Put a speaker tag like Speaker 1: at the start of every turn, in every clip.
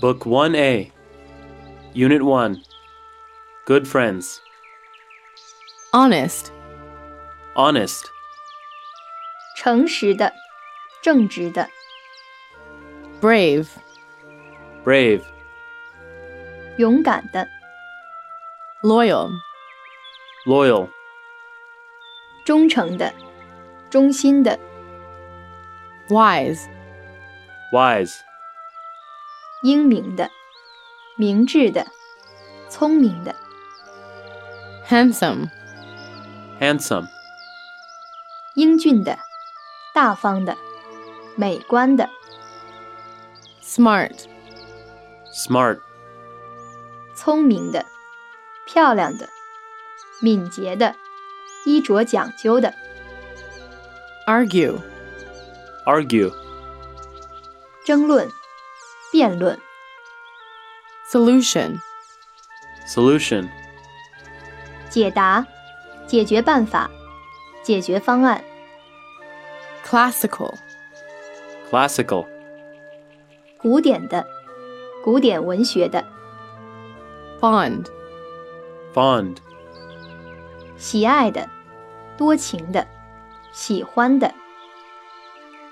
Speaker 1: Book 1A, Unit 1 Good Friends,
Speaker 2: honest,
Speaker 1: Honest,
Speaker 3: 诚实的、正直的、
Speaker 2: brave,
Speaker 1: Brave,
Speaker 3: 勇敢的、
Speaker 2: loyal,
Speaker 1: Loyal,
Speaker 3: 忠诚的、忠心的、
Speaker 2: wise,
Speaker 1: Wise,
Speaker 3: 英明的、明智的、聪明的、
Speaker 2: handsome,
Speaker 1: Handsome,
Speaker 3: 英俊的、大方的、美观的、
Speaker 2: smart,
Speaker 1: Smart,
Speaker 3: 聪明的、漂亮的、敏捷的、衣着讲究的、
Speaker 2: argue,
Speaker 1: Argue,
Speaker 3: 争论、辩论、
Speaker 2: solution,
Speaker 1: Solution,
Speaker 3: 解答、解决办法、解决方案、
Speaker 2: classical,
Speaker 1: Classical,
Speaker 3: 古典的、古典文学的、
Speaker 2: fond,
Speaker 1: Fond,
Speaker 3: 喜爱的、多情的、喜欢的、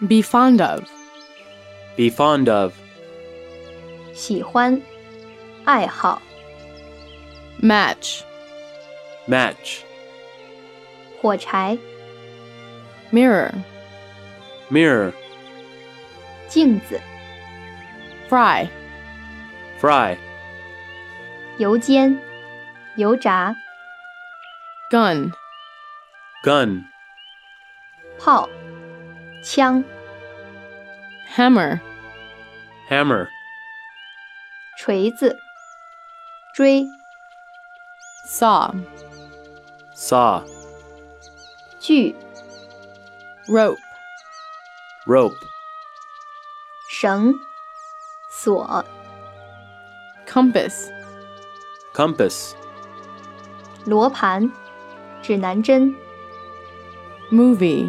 Speaker 2: be fond of,
Speaker 1: Be Fond of,
Speaker 3: 喜欢、爱好、
Speaker 2: match,
Speaker 1: Match,
Speaker 3: 火柴、
Speaker 2: mirror,
Speaker 1: Mirror,
Speaker 3: 镜子、
Speaker 2: fry,
Speaker 1: Fry,
Speaker 3: 油煎、油炸、
Speaker 2: gun,
Speaker 1: Gun,
Speaker 3: 炮、枪、
Speaker 2: hammer,
Speaker 1: Hammer,
Speaker 3: 锤子、锥、
Speaker 2: saw,
Speaker 1: Saw,
Speaker 3: 锯、
Speaker 2: rope,
Speaker 1: Rope,
Speaker 3: 绳、锁、
Speaker 2: compass,
Speaker 1: Compass,
Speaker 3: 罗盘、指南针、
Speaker 2: movie,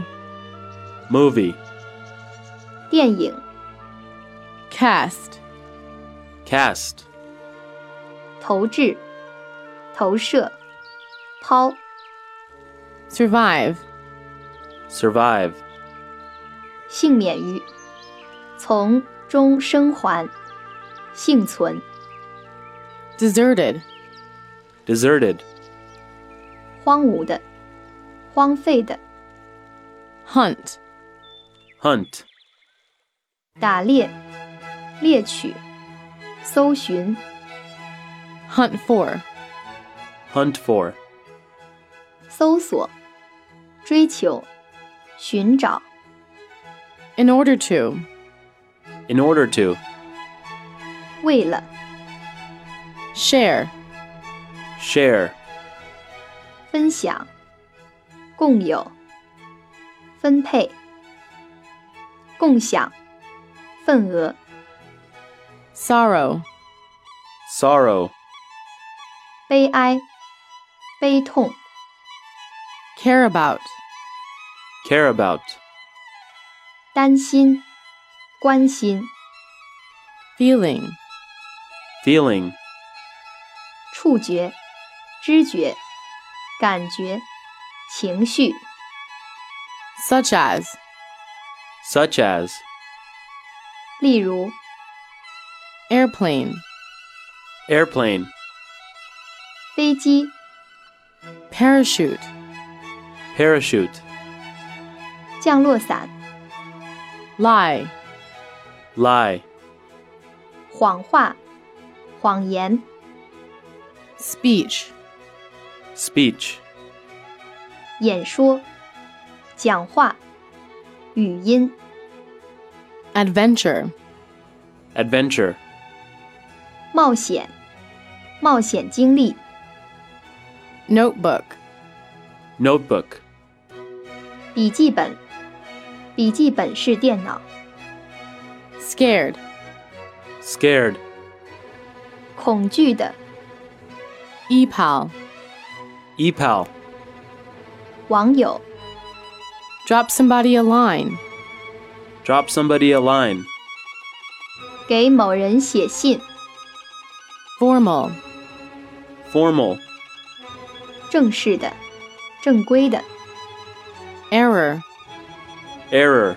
Speaker 1: Movie,
Speaker 3: 电影、
Speaker 2: cast,
Speaker 1: Cast,
Speaker 3: 投掷、投射、抛、
Speaker 2: survive,
Speaker 1: Survive,
Speaker 3: 幸免于、从中生还、幸存、
Speaker 2: deserted,
Speaker 1: Deserted,
Speaker 3: 荒芜的、荒废的、
Speaker 2: hunt,
Speaker 1: Hunt,
Speaker 3: 打猎、猎取、搜寻、
Speaker 2: hunt for,
Speaker 1: Hunt for,
Speaker 3: 搜索、追求、寻找、
Speaker 2: in order to,
Speaker 1: In order to,
Speaker 3: 为了、
Speaker 2: share,
Speaker 1: Share,
Speaker 3: 分享、共有、分配、共享、份额、
Speaker 2: sorrow,
Speaker 1: Sorrow,
Speaker 3: 悲哀、悲痛、
Speaker 2: care about,
Speaker 1: Care about,
Speaker 3: 担心、关心、
Speaker 2: feeling,
Speaker 1: Feeling,
Speaker 3: 触觉、知觉、感觉、情绪、
Speaker 2: such as,
Speaker 1: such as
Speaker 3: 例如
Speaker 2: airplane,
Speaker 1: airplane,
Speaker 3: 飞机、
Speaker 2: parachute,
Speaker 1: parachute,
Speaker 3: 降落伞、
Speaker 2: lie,
Speaker 1: lie,
Speaker 3: 谎话、谎言、
Speaker 2: speech,
Speaker 1: speech,
Speaker 3: 演说、讲话、语音、
Speaker 2: adventure,
Speaker 1: adventure,
Speaker 3: 冒险、冒险经历、
Speaker 2: notebook,
Speaker 1: notebook,
Speaker 3: 笔记本、笔记本式电脑、
Speaker 2: scared,
Speaker 1: scared,
Speaker 3: 恐惧的、
Speaker 2: epal,
Speaker 1: EPAL,
Speaker 3: 网友、
Speaker 2: drop somebody a line,
Speaker 1: drop somebody a line,
Speaker 3: 给某人写信，
Speaker 2: formal,
Speaker 1: formal,
Speaker 3: 正式的、正规的、
Speaker 2: error,
Speaker 1: error,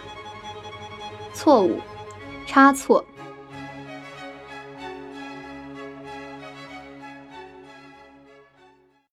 Speaker 3: 错误、差错、